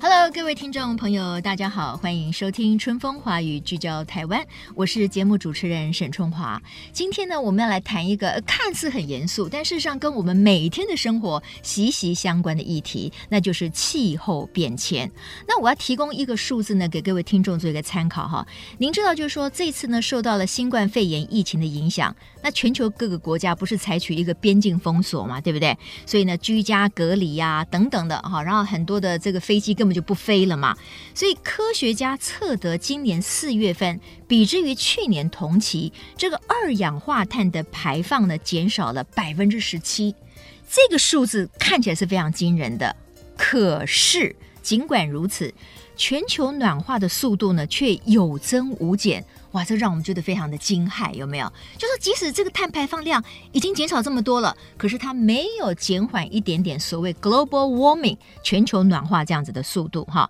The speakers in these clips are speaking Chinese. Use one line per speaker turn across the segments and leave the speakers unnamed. Hello，各位听众朋友，大家好，欢迎收听《春风华语》，聚焦台湾，我是节目主持人沈春华。今天呢，我们要来谈一个呃看似很严肃，但事实上跟我们每天的生活息息相关的议题，那就是气候变迁。那我要提供一个数字呢，给各位听众做一个参考哈。您知道，就是说这次呢，受到了新冠肺炎疫情的影响，那全球各个国家不是采取一个边境封锁嘛，对不对？所以呢，居家隔离呀、等等的哈，然后很多的这个飞机根本就不飞了嘛。所以科学家测得，今年四月份比之于去年同期，这个二氧化碳的排放呢减少了百分之十七，这个数字看起来是非常惊人的。可是，尽管如此，全球暖化的速度呢却有增无减。哇，这让我们觉得非常的惊骇，有没有？就是即使这个碳排放量已经减少这么多了，可是它没有减缓一点点所谓 global warming 全球暖化这样子的速度哈。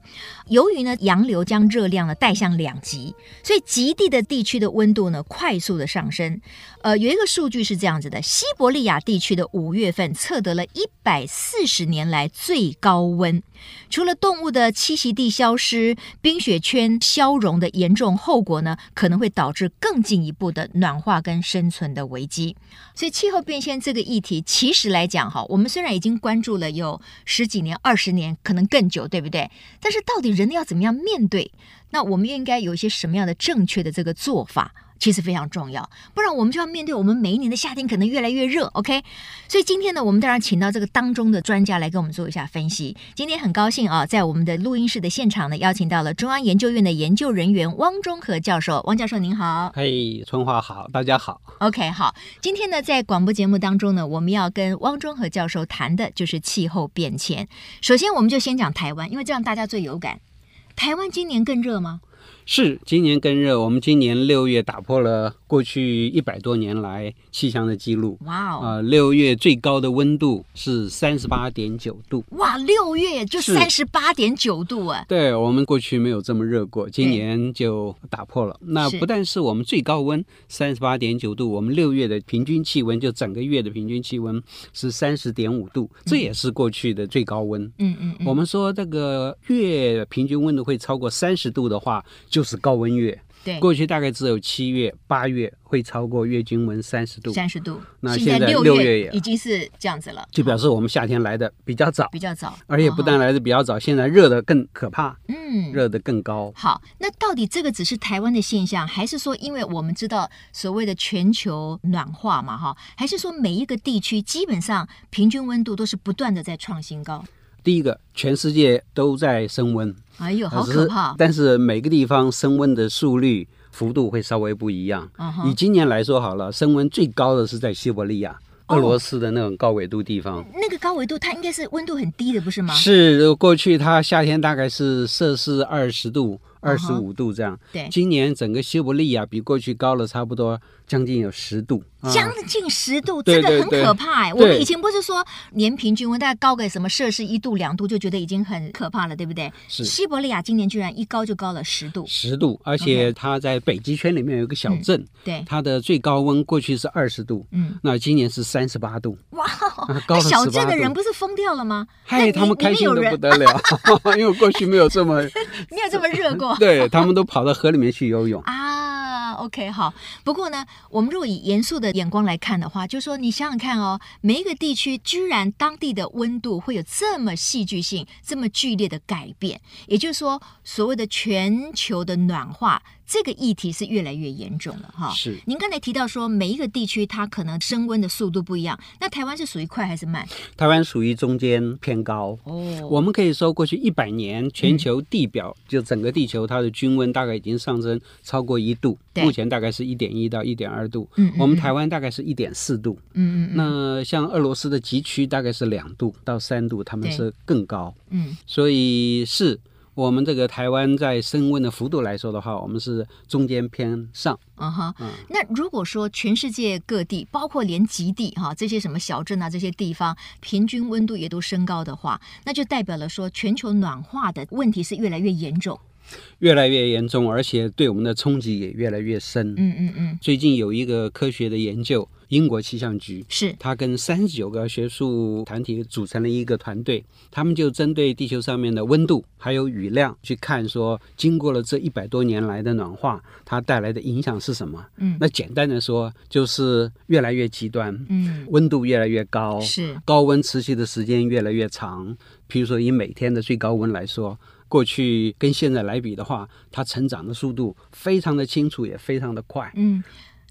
由于呢洋流将热量呢带向两极，所以极地的地区的温度呢快速的上升。呃，有一个数据是这样子的：西伯利亚地区的五月份测得了一百四十年来最高温。除了动物的栖息地消失、冰雪圈消融的严重后果呢，可能会导致更进一步的暖化跟生存的危机。所以气候变迁这个议题，其实来讲哈，我们虽然已经关注了有十几年、二十年，可能更久，对不对？但是到底人要怎么样面对？那我们又应该有一些什么样的正确的这个做法？其实非常重要，不然我们就要面对我们每一年的夏天可能越来越热，OK？所以今天呢，我们当然请到这个当中的专家来跟我们做一下分析。今天很高兴啊，在我们的录音室的现场呢，邀请到了中央研究院的研究人员汪中和教授。汪教授您好
嘿，春华好，大家好。
，OK 好。今天呢，在广播节目当中呢，我们要跟汪中和教授谈的就是气候变迁。首先，我们就先讲台湾，因为这样大家最有感。台湾今年更热吗？
是今年更热，我们今年六月打破了过去一百多年来气象的记录。
哇哦！
啊，六、月最高的温度是三十八点九度。
哇，六月也就是三十八点九度哎、
对我们过去没有这么热过，今年就打破了。那
嗯是
不但是我们最高温三十八点九度，我们六月的平均气温，就整个月的平均气温是三十点五度，这也是过去的最高温。
嗯嗯嗯，
我们说这个月平均温度会超过三十度的话，就是高温月。
对，
过去大概只有七月、八月会超过月均温三十度，
三十度，
那
现
现在
六
六月也
已经是这样子了，
就表示我们夏天来的比较早
比，较早，
而且不但
哦
来的比较早，现在热的更可怕，
嗯。
热的更高。
好，那到底这个只是台湾的现象，还是说，因为我们知道所谓的全球暖化嘛，哈，还是说每一个地区基本上平均温度都是不断的在创新高？
第一个，全世界都在升温，啊
哎呦，好
呃只是
可怕！
但是每个地方升温的速率、幅度会稍微不一样。
嗯
以
哼，
今年来说好了，升温最高的是在西伯利亚、
哦
俄罗斯的那种高纬度地方。
那个高纬度它应该是温度很低的，不是吗？
是呃过去它夏天大概是摄氏二十度、
嗯
二十
哼
五度这样。
对
今年整个西伯利亚啊比过去高了差不多将近有十度。啊
将近十度，
嗯对
这个
对
很
对
可怕哎、
对
我们以前不是说年平均温大概高个什么摄氏一度两度就觉得已经很可怕了，对不对？
是
西伯利亚今年居然一高就高了十度，
十度，而且它在北极圈里面有一个小镇，
嗯对，
它的最高温过去是二十度，
嗯，
那今年是三十八度，
哇，
啊、高
那
了
小
十八
镇的人
度。
不是疯掉了吗？那
嗨，
里
他们开心
里面
的
有
不
人
得了， 因为过去没有这么，
没有这么热 过
对他们都跑到河里面去游泳。
啊。OK，好。不过呢，我们如果以严肃的眼光来看的话，就说你想想看哦，每一个地区居然当地的温度会有这么戏剧性、这么剧烈的改变，也就是说，所谓的全球的暖化这个议题是越来越严重了哈。
是
您刚才提到说，每一个地区它可能升温的速度不一样，那台湾是属于快还是慢？
台湾属于中间偏高，
哦
我们可以说，过去一百年，全
嗯
球地表、就整个地球，它的均温大概已经上升超过一度，
对
目前大概是一点一到一点二度。
嗯嗯嗯
我们台湾大概是一点四度。
嗯嗯嗯
那像俄罗斯的极区大概是两度到三度，他们
对
是更高。
嗯，
所以是我们这个台湾在升温的幅度来说的话，我们是中间偏上。
嗯哼
嗯，
那如果说全世界各地，包括连极地哈、这些什么小镇啊这些地方，平均温度也都升高的话，那就代表了说全球暖化的问题是越来越严重。
越来越严重，而且对我们的冲击也越来越深。
嗯嗯嗯，
最近有一个科学的研究，英国气象局。
是
它跟三十九个学术团体组成了一个团队，他们就针对地球上面的温度还有雨量去看，说经过了这一百多年来的暖化，它带来的影响是什么？
嗯
那简单的说，就是越来越极端，
嗯
温度越来越高，
是
高温持续的时间越来越长。譬如说，以每天的最高温来说，过去跟现在来比的话，它成长的速度非常的清楚，也非常的快。
嗯。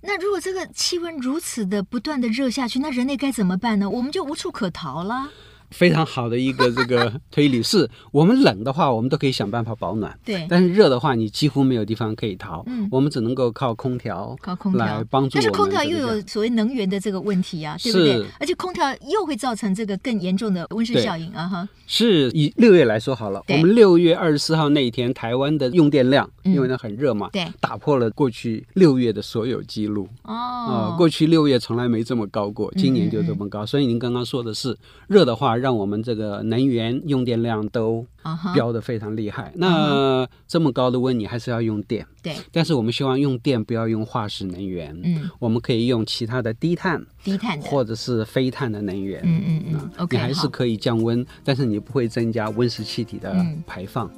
那如果这个气温如此的不断的热下去，那人类该怎么办呢？我们就无处可逃啦。
非常好的一个这个 推理是，我们冷的话，我们都可以想办法保暖。
对，
但是热的话，你几乎没有地方可以逃，
嗯
我们只能够靠空调
靠空
来
调
帮助
但是
我们这个。
空调又有所谓能源的这个问题啊，对不对
是？
而且空调又会造成这个更严重的温室
对
效应啊哈。
是以六月来说好了，
对
我们六月二十四号那一天，台湾的用电量，
嗯
因为呢很热嘛，
对
打破了过去六月的所有记录啊、
哦，嗯
过去六月从来没这么高过，今年就这么高。所以您刚刚说的是，热的话让我们这个能源用电量都
啊哈，
飙得非常厉害。那这么高的温，你还是要用电，
对，
但是我们希望用电不要用化石能源，
嗯，
我们可以用其他的低碳
低碳的，
或者是非碳的能源。
嗯嗯嗯
啊
，OK，
你还是
好
可以降温，但是你不会增加温室气体的
嗯
排放。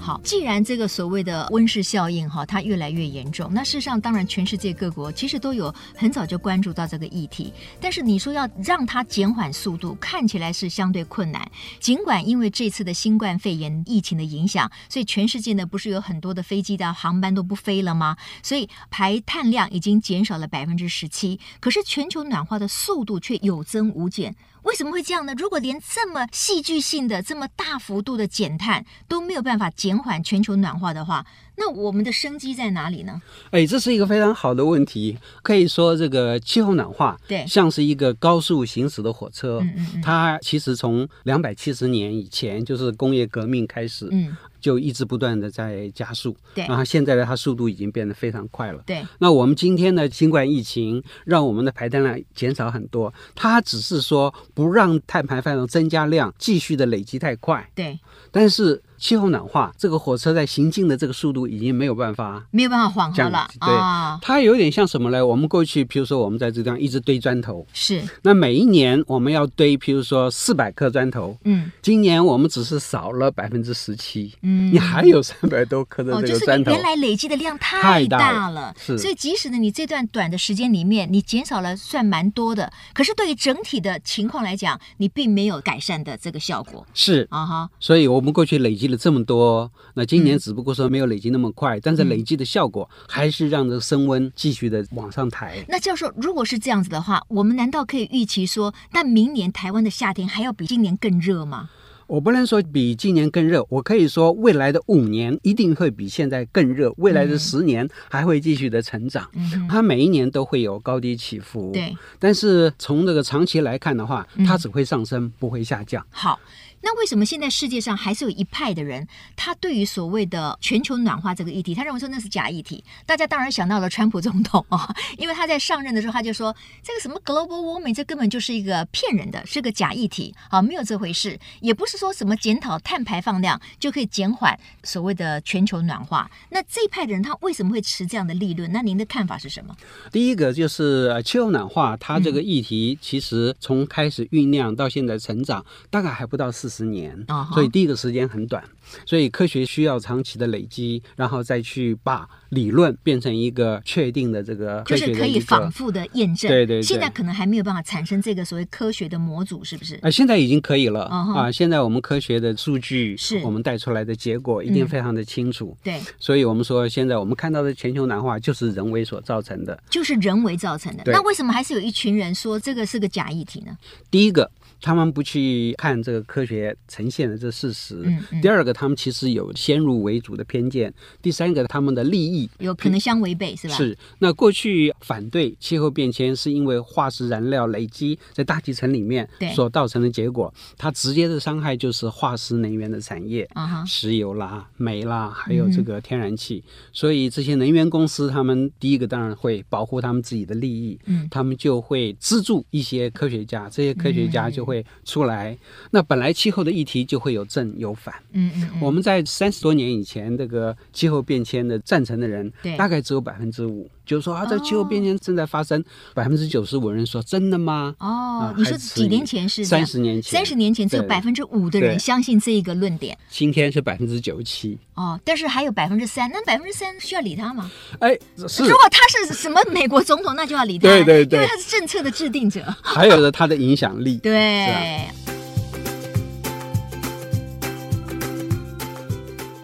好，既然这个所谓的温室效应哈，它越来越严重，那事实上，当然全世界各国其实都有很早就关注到这个议题，但是你说要让它减缓速度，看起来是相对困难。尽管因为这次的新冠肺炎疫情的影响，所以全世界呢不是有很多的飞机的航班都不飞了吗？所以排碳量已经减少了百分之十七，可是全球暖化的速度却有增无减。为什么会这样呢？如果连这么戏剧性的、这么大幅度的减碳都没有办法减缓全球暖化的话，那我们的生机在哪里呢？
哎，这是一个非常好的问题。可以说，这个气候暖化，
对
像是一个高速行驶的火车。
嗯嗯嗯
它其实从两百七十年以前，就是工业革命开始，
嗯，
就一直不断的在加速。
对
然后现在的它速度已经变得非常快了。
对，
那我们今天的新冠疫情让我们的排碳量减少很多，它只是说不让碳排放量增加量继续的累积太快，
对，
但是气候暖化，这个火车在行进的这个速度已经没有办法。
没有办法缓和了
这样子对
啊、
它有点像什么呢？我们过去，譬如说我们在这地方一直堆砖头，
是，
那每一年我们要堆，譬如说四百颗砖头，
嗯
今年我们只是少了百分之十七，
嗯，
你还有三百多颗的
哦，
这
就
个
是你
砖头。
原来累积的量太
太大
大
了
了，
是
所以即使呢，你这段短的时间里面你减少了算蛮多的，可是对于整体的情况来讲，你并没有改善的这个效果
是
啊哈，
所以我们过去累积了这么多，那今
嗯
年只不过说没有累积那么快，但是累积的效果还是让这个升温继续的往上抬。
那教授，如果是这样子的话，我们难道可以预期说，那明年台湾的夏天还要比今年更热吗？
我不能说比今年更热，我可以说未来的五年一定会比现在更热，未来的十年还会继续的成长。
嗯哼，
它每一年都会有高低起伏，
对。
但是从这个长期来看的话
嗯，
它只会上升，不会下降。
好，那为什么现在世界上还是有一派的人，他对于所谓的全球暖化这个议题，他认为说那是假议题？大家当然想到了川普总统啊、因为他在上任的时候他就说，这个什么 global warming，这根本就是一个骗人的，是个假议题啊，没有这回事，也不是说什么检讨碳排放量就可以减缓所谓的全球暖化。那这一派的人他为什么会持这样的立论？那您的看法是什么？
第一个就是呃气候暖化，它这个
嗯
议题其实从开始酝酿到现在成长，大概还不到四十年
啊哈，
所以第一个时间很短，所以科学需要长期的累积，然后再去把理论变成一个确定的这个
就
科学的
是可以
一个
反复的验证，
对对对
现在可能还没有办法产生这个所谓科学的模组，是不是？
啊，现在已经可以了
嗯哼
啊！现在我们科学的数据，
是
我们带出来的结果一
嗯
定非常的清楚，
对，
所以我们说现在我们看到的全球暖化就是人为所造成的。
就是人为造成的。
对
那为什么还是有一群人说这个是个假议题呢？
第一个他们不去看这个科学呈现的这事实。
嗯嗯
第二个，他们其实有先入为主的偏见；第三个，他们的利益
有可能相违背是吧？
是，那过去反对气候变迁，是因为化石燃料累积在大气层里面
对
所造成的结果，它直接的伤害就是化石能源的产业。
啊哈，
石油啦、煤啦，还有
嗯
这
哼
个天然气，所以这些能源公司，他们第一个当然会保护他们自己的利益，
嗯
他们就会资助一些科学家，这些科学家就会出来。那本来气候的议题就会有正有反，
嗯嗯嗯，
我们在三十多年以前，这个气候变迁的赞成的人
对，
大概只有百分之五，就是说啊，这
哦
气候变迁正在发生，百分之九十五人说真的吗？
哦
啊，
你
还
说
迟
几年
疑
前是这
三
样
十年前，
三十年前只有
对
百分之五的人
对
相信这一个论点
今天是百分之九十七，
哦，但是还有百分之三，那百分之三需要理他吗？
哎，是
如果他是什么美国总统，那就要理他，
对对对
因为他是政策的制定者，
还有了它的影响力。是
对
啊。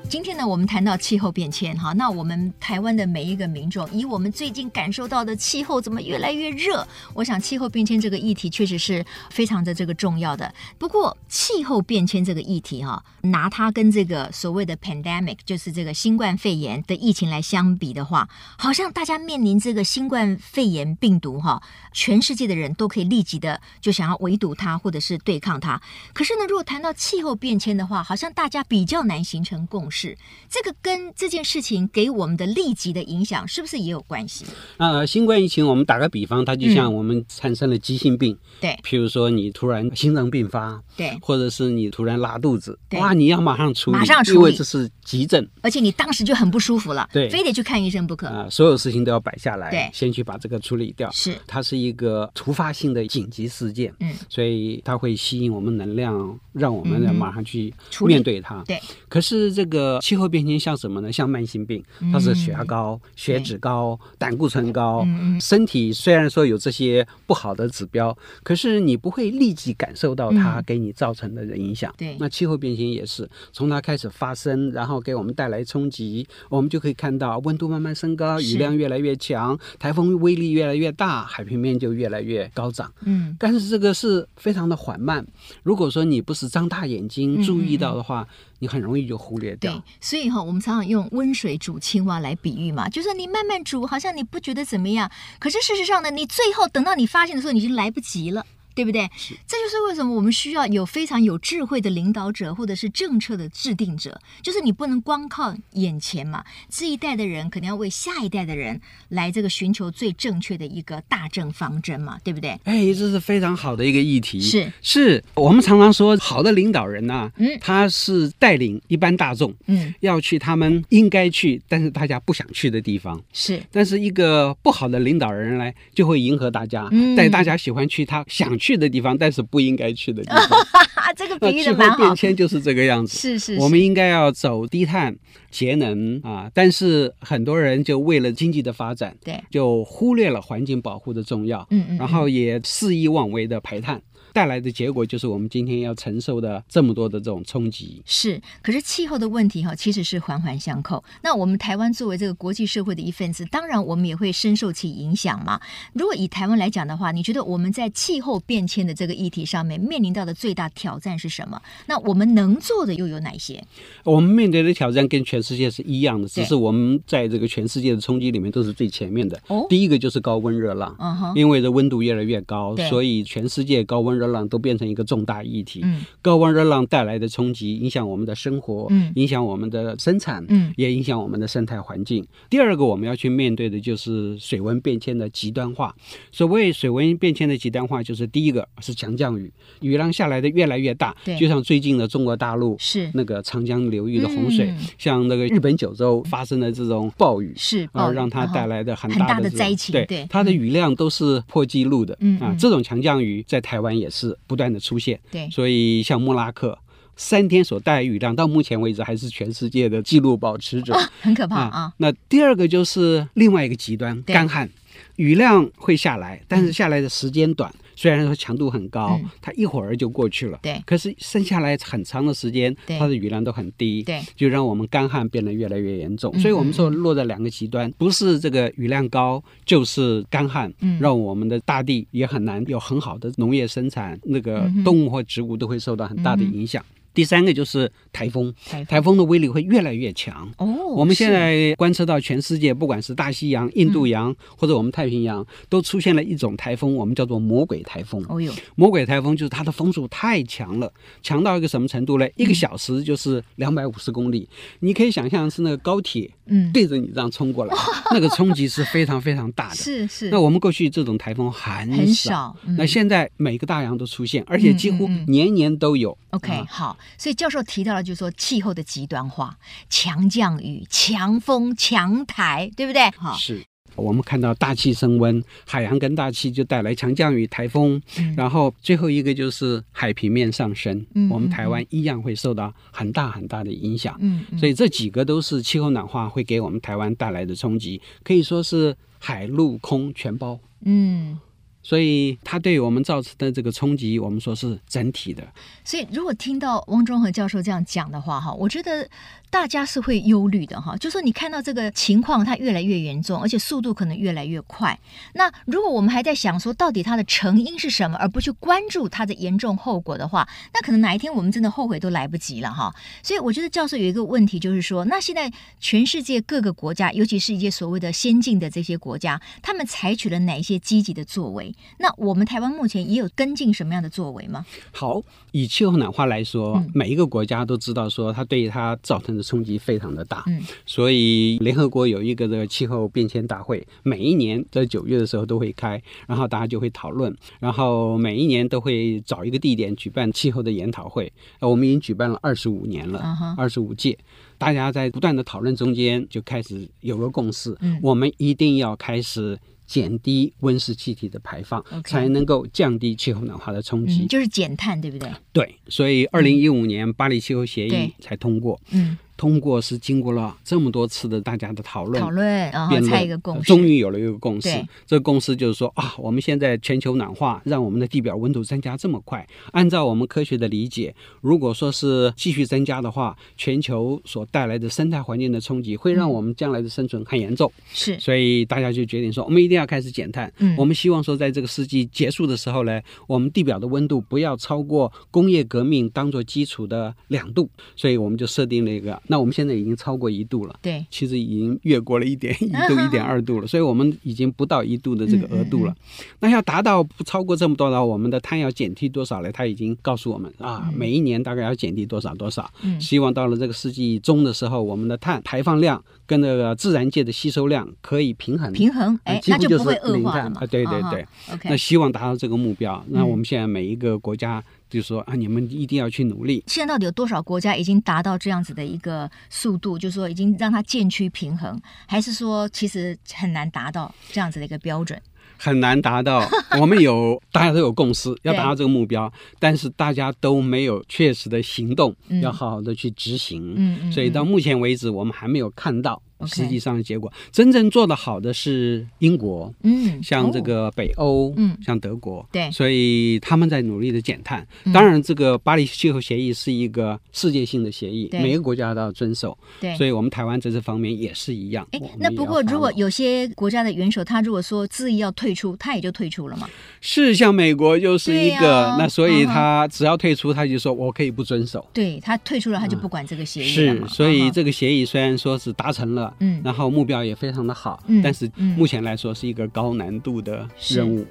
今天呢，我们谈到气候变迁哈，那我们台湾的每一个民众，以我们最近感受到的气候怎么越来越热，我想气候变迁这个议题确实是非常的这个重要的。不过，气候变迁这个议题哈、拿它跟这个所谓的 pandemic，就是这个新冠肺炎的疫情来相比的话，好像大家面临这个新冠肺炎病毒哈、全世界的人都可以立即的就想要围堵它或者是对抗它。可是呢，如果谈到气候变迁的话，好像大家比较难形成共识。这个跟这件事情给我们的立即的影响是不是也有关系？
那、新冠疫情，我们打个比方，它就像我们产生了急性病，
嗯对
譬如说你突然心脏病发，
对，
或者是你突然拉肚子，
对
哇，你要马上处理，
马上处
因为
理
这是急症。
而且你当时就很不舒服了，
对
非得去看医生不可。
啊、所有事情都要摆下来，
对
先去把这个处理掉。
是，
它是一个突发性的紧急事件，
嗯，
所以它会吸引我们能量，让我们
嗯
呢
哼
马上去
处理
面对它。
对，
可是这个气候变迁像什么呢？像慢性病，它是血压高、血脂高、胆固醇高。
嗯嗯
身体虽然说有这些不好的指标，可是你不会立即感受到它
嗯
给你造成的影响。
对
那气候变迁也是从它开始发生，然后给我们带来冲击，我们就可以看到温度慢慢升高，
是
雨量越来越强，台风威力越来越大，海平面就越来越高涨。
嗯，
但是这个是非常的缓慢，如果说你不是张大眼睛注意到的话，你很容易就忽略掉
嗯对。，所以哈、我们常常用温水煮青蛙来比喻嘛，就是你慢慢煮，好像你不觉得怎么样，可是事实上呢，你最后等到你发现的时候，你已经来不及了。对不对？这就是为什么我们需要有非常有智慧的领导者，或者是政策的制定者。就是你不能光靠眼前嘛，这一代的人肯定要为下一代的人来这个寻求最正确的一个大政方针嘛，对不对？
哎，这是非常好的一个议题。
是
是，我们常常说，好的领导人呐、
嗯
他是带领一般大众
嗯，
要去他们应该去，但是大家不想去的地方。
是
但是一个不好的领导人来，就会迎合大家，
嗯
带大家喜欢去他想去的地方，但是不应该去的地 方。
啊，这个
那
比喻
气
的
候
蛮
变
好。
迁就是这个样子。
是是是，
我们应该要走低碳、节能啊，但是很多人就为了经济的发展，
对，
就忽略了环境保护的重要，
嗯嗯，
然后也肆意妄为的排碳，带来的结果就是我们今天要承受的这么多的这种冲击。
是，可是气候的问题哈、其实是环环相扣。那我们台湾作为这个国际社会的一份子，当然我们也会深受其影响嘛。如果以台湾来讲的话，你觉得我们在气候变迁的这个议题上面面临到的最大挑战是什么？那我们能做的又有哪些？
我们面对的挑战跟全世界是一样的，只
对
是我们在这个全世界的冲击里面都是最前面的。
哦
第一个就是高温热浪。
嗯哼，
因为这温度越来越高
对，
所以全世界高温热浪都变成一个重大议题。
嗯
高温热浪带来的冲击，影响我们的生活，
嗯
影响我们的生产，
嗯
也影响我们的生态环境。第二个我们要去面对的就是水文变迁的极端化。所谓水文变迁的极端化，就是第一个是强降雨，雨量下来的越来越大
对，
就像最近的中国大陆
是
那个长江流域的洪水，
嗯
像那个日本九州发生的这种暴雨，
是，
啊，
暴雨
让它
嗯
带。
哼
来的很
很大
的
的
这种
灾情对
对，它的
嗯
雨量都是破纪录的，
嗯
啊
嗯，
这种强降雨在台湾也是不断的出现，
对
所以像莫拉克三天所带来雨量，到目前为止还是全世界的纪录保持者
很可怕啊！
那第二个就是另外一个极端，
对
干旱，雨量会下来，但是下来的时间短，虽然说强度很高，
嗯
它一会儿就过去了，
对
可是剩下来很长的时间，
对
它的雨量都很低，
对，
就让我们干旱变得越来越严重。
嗯
所以我们说落在两个极端，不是这个雨量高，就是干旱，
嗯
让我们的大地也很难有很好的农业生产，那个
嗯哼
动物或植物都会受到很大的
嗯哼
影响。第三个就是台风，
台
台风的威力会越来越强。
哦，
我们现
是
在观测到全世界，不管是大西洋、印度
嗯
洋、或者我们太平洋，都出现了一种台风，我们叫做魔鬼台风。
哦哟，
魔鬼台风就是它的风速太强了，强到一个什么程度呢？
嗯
一个小时就是两百五十公里，你可以想象是那个高铁
嗯，
对着你这样冲过来， 那个冲击是非常非常大的。
是是，
那我们过去这种台风很
很少。嗯
那现在每个大洋都出现，而且几乎
嗯嗯嗯
年年都有。
OK，、
啊
好，所以教授提到了，就是说气候的极端化，强降雨、强风、强台，对不对？好，
是。我们看到大气升温，海洋跟大气就带来强降雨、台风，
嗯
然后最后一个就是海平面上升，
嗯
我们
嗯
台湾一样会受到很大很大的影响。
嗯，嗯
所以这几个都是气候暖化会给我们台湾带来的冲击，可以说是海陆空全包。
嗯，
所以它对我们造成的这个冲击，我们说是整体的。
所以，如果听到汪中和教授这样讲的话，哈，我觉得大家是会忧虑的，哈。就说你看到这个情况，它越来越严重，而且速度可能越来越快。那如果我们还在想说到底它的成因是什么，而不去关注它的严重后果的话，那可能哪一天我们真的后悔都来不及了，哈。所以，我觉得教授有一个问题，就是说，那现在全世界各个国家，尤其是一些所谓的先进的这些国家，他们采取了哪一些积极的作为？那我们台湾目前也有跟进什么样的作为吗？
好，以气候暖化来说，
嗯
每一个国家都知道说它对它造成的冲击非常的大，
嗯
所以联合国有一个这个气候变迁大会，每一年在九月的时候都会开，然后大家就会讨论，然后每一年都会找一个地点举办气候的研讨会。呃，我们已经举办了二十五年
嗯
了
哼，
二十五届，大家在不断的讨论中间就开始有个共识，
嗯
我们一定要开始。减低温室气体的排放
OK
才能够降低气候暖化的冲击。
嗯，就是减碳，对不对？
对，所以二零一五年巴黎气候协
嗯对
议才通过，
嗯，
通过是经过了这么多次的大家的讨论。
讨论，然后
辩论呃
才有一个共识。
终于有了一个共识
对。
这个共识就是说啊，我们现在全球暖化，让我们的地表温度增加这么快。按照我们科学的理解，如果说是继续增加的话，全球所带来的生态环境的冲击会让
嗯
我们将来的生存很严重。
是，
所以大家就决定说，我们一定要开始减碳。
嗯
我们希望说，在这个世纪结束的时候呢，我们地表的温度不要超过工业革命当做基础的两度。所以我们就设定了一个，那我们现在已经超过一度了。
对，
其实已经越过了一点 一
嗯
度、一点二度了，所以我们已经不到一度的这个额度了。
嗯
那要达到不超过这么多了，我们的碳要减低多少呢？他已经告诉我们啊，每一年大概要减低多少多少。
嗯
希望到了这个世纪中的时候，我们的碳排放量跟那个自然界的吸收量可以平衡。
平衡，哎，
嗯几
那
乎
就不会
是
恶
零
化
碳
了嘛
啊，。对对
啊
对。
哈，OK
那。希望达到这个目标，那我们现在每一个国家就说啊，你们一定要去努力。
现在到底有多少国家已经达到这样子的一个速度？就是说已经让它渐趋平衡，还是说其实很难达到这样子的一个标准？
很难 达到。我们有大家都有共识，要
对
达到这个目标，但是大家都没有确实的行动，
嗯
要好好的去执行。
嗯嗯
所以到目前为止，我们还没有看到
OK
实际上的结果。真正做得好的是英国。
嗯，
像这
哦
个北欧，
嗯
像德国，
对
所以他们在努力的减碳。
嗯
当然，这个巴黎气候协议是一个世界性的协议，
对
每个国家都要遵守。
对
所。以我们台湾在这方面也是一样。
哎
我们，
那
也
不
要
过如
follow
果有些国家的元首，他如果说恣意要退出，他也就退出了嘛。
是像美国就是一
对
个，
啊
那所以
嗯哼
他只要退出，他就说我可以不遵守。
对他退出了，他就不管这个协议了
是
嘛。，
所以
啊哈
这个协议虽然说是达成了，
嗯
然后目标也非常的好，
嗯
但是
嗯
目前来说是一个高难度的
是
任务。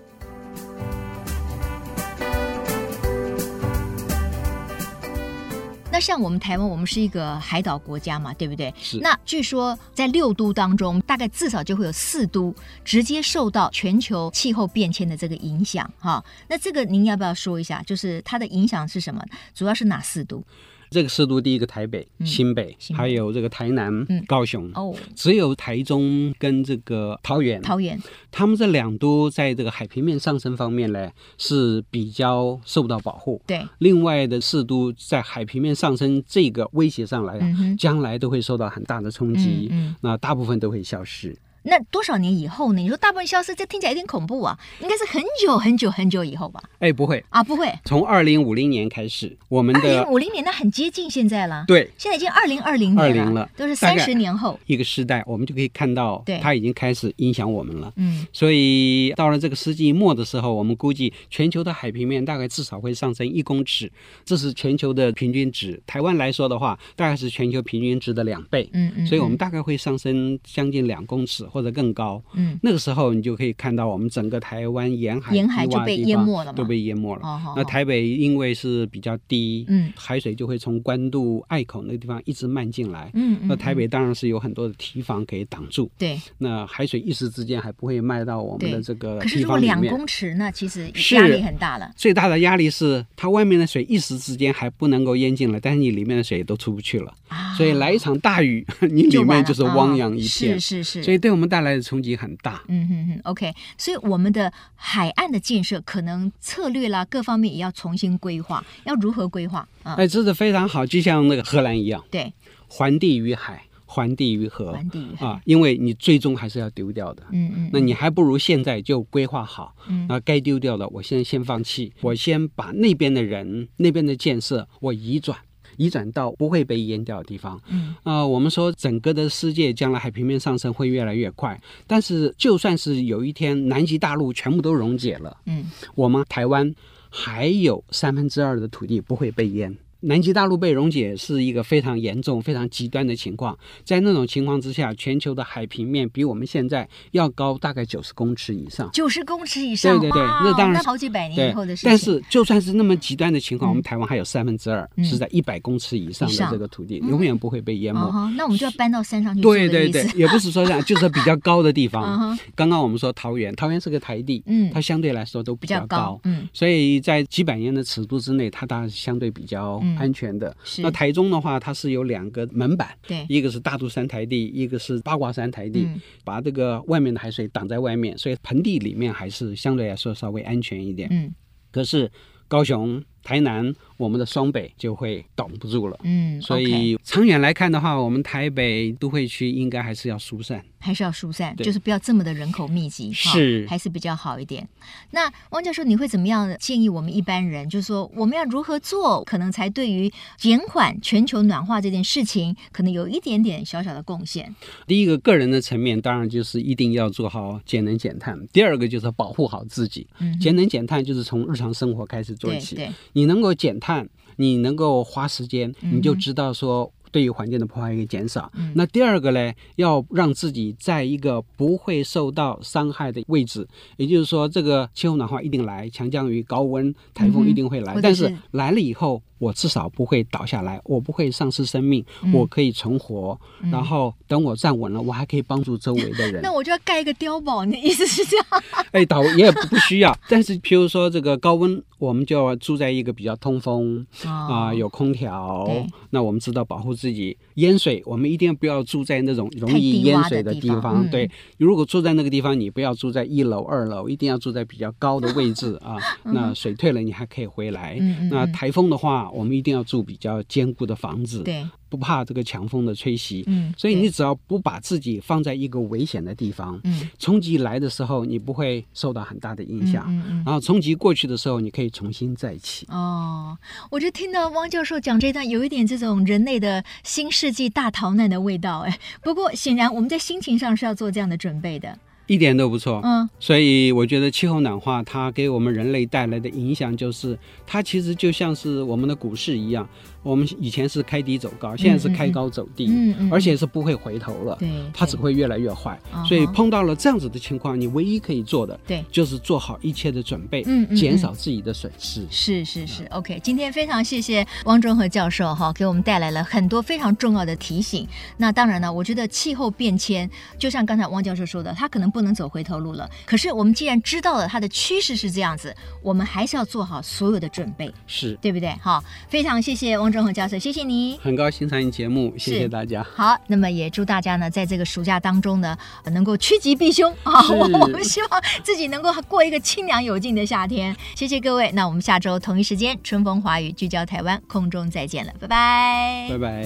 那像我们台湾，我们是一个海岛国家嘛，对不对？
是
那据说在六都当中，大概至少就会有四都直接受到全球气候变迁的这个影响哈。那这个您要不要说一下？就是它的影响是什么？主要是哪四都？
这个四都第一个台北、
嗯
新北，
新北
还有这个台南、
嗯
高雄。
哦，
只有台中跟这个桃园，
桃园
他们这两都在这个海平面上升方面呢是比较受到保护。
对，
另外的四都在海平面上升这个威胁上来啊，
嗯哼
将来都会受到很大的冲击，
嗯嗯
那大部分都会消失。
那多少年以后呢？你说大部分消失，这听起来有点恐怖啊，应该是很久很久很久以后吧？
哎，不会，
啊，不会，
从二零五零年开始，我们
二
的
零五零年那很接近现在了，，
对
现在已经二零二零年
20了
都是
大
三
概
十年后，
一个时代，我们就可以看到
对，
它已经开始影响我们了。
嗯，
所以到了这个世纪末的时候，我们估计全球的海平面大概至少会上升一公尺，这是全球的平均值。台湾来说的话，大概是全球平均值的两倍，
嗯嗯，
所以我们大概会上升将近两公尺或者更高。
嗯，
那个时候，你就可以看到我们整个台湾沿海
沿海
低洼
就被
的地方
淹没了嘛
都被淹没了。
哦好，好
那台北因为是比较低，
嗯
海水就会从关渡、隘口那个地方一直漫进来。
嗯嗯，
那台
嗯
北当然是有很多的堤防可以挡住，
对，
那海水一时之间还不会迈到我们
对
的这个
可是
堤
如果
呃防里
两
面。
公尺，那其实
是
压力很大了，
最大的压力是它外面的水一时之间还不能够淹进来，但是你里面的水都出不去了，
啊，
所以来一场大雨， 你里
完
面
了
就是
啊
汪洋一片，
是是是，
所以对我们带来的冲击很大。
嗯哼哼，OK，所以我们的海岸的建设可能策略啦，各方面也要重新规划，要如何规划啊？
哎，这是非常好，就像那个荷兰一样，
对，
还地于海，还地于河
玩地域，
啊，因为你最终还是要丢掉的。
嗯嗯，
那你还不如现在就规划好，
嗯
那该丢掉的我现在先放弃，我先把那边的人、那边的建设我移转，移转到不会被淹掉的地方。
嗯
啊、我们说整个的世界将来海平面上升会越来越快，但是就算是有一天南极大陆全部都溶解了，
嗯
我们台湾还有三分之二的土地不会被淹。南极大陆被溶解是一个非常严重、非常极端的情况，在那种情况之下，全球的海平面比我们现在要高大概九十公尺以上。
九十公尺以上，
对对对
哇
那当然是
好几百年
对
以后的，事情，
但是就算是那么极端的情况，
嗯
我们台湾还有三分之二
嗯
是在一百公尺以上
以
的
上嗯
这个土地，永远不会被淹
哦
没。
吼那我们就要搬到山上去住的
对对
意
对
思，，
也不是说这样，就是比较高的地
嗯
方。
哼，
刚刚我们说桃园，桃园是个台地，
嗯
它相对来说都
比
比
较
较
高
高，，
嗯
所以在几百年的尺度之内，它当然是相对比较
嗯
安全的。
是
那台中的话，它是有两个门板，
对，
一个是大肚山台地，一个是八卦山台地，
嗯
把这个外面的海水挡在外面，所以盆地里面还是相对来说稍微安全一点。
嗯
可是高雄、台南，我们的双北就会挡不住了。
嗯，
所
OK，
以长远来看的话，我们台北都会区应该还是要疏散。
还是要疏散，
对
就是不要这么的人口密集，哈
是
还是比较好一点。那汪教授，你会怎么样建议我们一般人？就是说，我们要如何做，可能才对于减缓全球暖化这件事情，可能有一点点小小的贡献。
第一个个人的层面，当然就是一定要做好节能减碳；第二个就是保护好自己。
嗯哼，
节能减碳就是从日常生活开始做
对
起。
对，
你能够减碳，你能够花时间，
嗯哼
你就知道说对于环境的破坏可以减少。
嗯
那第二个呢，要让自己在一个不会受到伤害的位置，也就是说，这个气候暖化一定来，强降雨、高温、台
嗯
风
哼
一定会来，
或者
但
是
是来了以后，我至少不会倒下来，我不会丧失生命，
嗯
我可以存活，
嗯
然后等我站稳了，我还可以帮助周围的人
那。我就要盖一个碉堡，你的意思是这样？
哎，倒也不需要，但是譬如说这个高温，我们就要住在一个比较通风。 啊、
啊
有空调
对，
那我们知道保护自己。淹水，我们一定不要住在那种容
太
易
低
淹
洼
水
的
的
地
地
方
方。
嗯
对，如果住在那个地方，你不要住在一楼、二楼，一定要住在比较高的位置啊。那水退了，你还可以回来。
嗯嗯
那
嗯
台风的话，我们一定要住比较坚固的房子，
对，
不怕这个强风的吹袭。
嗯，
所以你
对
只要不把自己放在一个危险的地方，
嗯
冲击来的时候，你不会受到很大的影响。
嗯嗯嗯
然后冲击过去的时候，你可以重新再起。
哦，我就听到汪教授讲这段，有一点这种人类的新世纪大逃难的味道哎。不过显然我们在心情上是要做这样的准备的。
一点都不错。
嗯
所以我觉得气候暖化它给我们人类带来的影响，就是它其实就像是我们的股市一样，我们以前是开低走高，现在是开高走低，
嗯嗯，
而且是不会回头了，
对，
它只
对
会越来越坏
嗯哼。
所以碰到了这样子的情况，你唯一可以做的，
对
就是做好一切的准备
嗯嗯嗯，
减少自己的损失。
是是是，OK。今天非常谢谢汪中和教授哈，给我们带来了很多非常重要的提醒。那当然呢，我觉得气候变迁就像刚才汪教授说的，他可能不能走回头路了。可是我们既然知道了它的趋势是这样子，我们还是要做好所有的准备，
是，
对不对？好，非常谢谢汪中和教授，谢谢你。
很高兴参与节目，谢
是
谢大家。
好，那么也祝大家呢，在这个暑假当中呢，呃能够趋吉避凶啊！我我们希望自己能够过一个清凉有劲的夏天。谢谢各位，那我们下周同一时间春风华语聚焦台湾空中再见了，拜拜。
拜拜。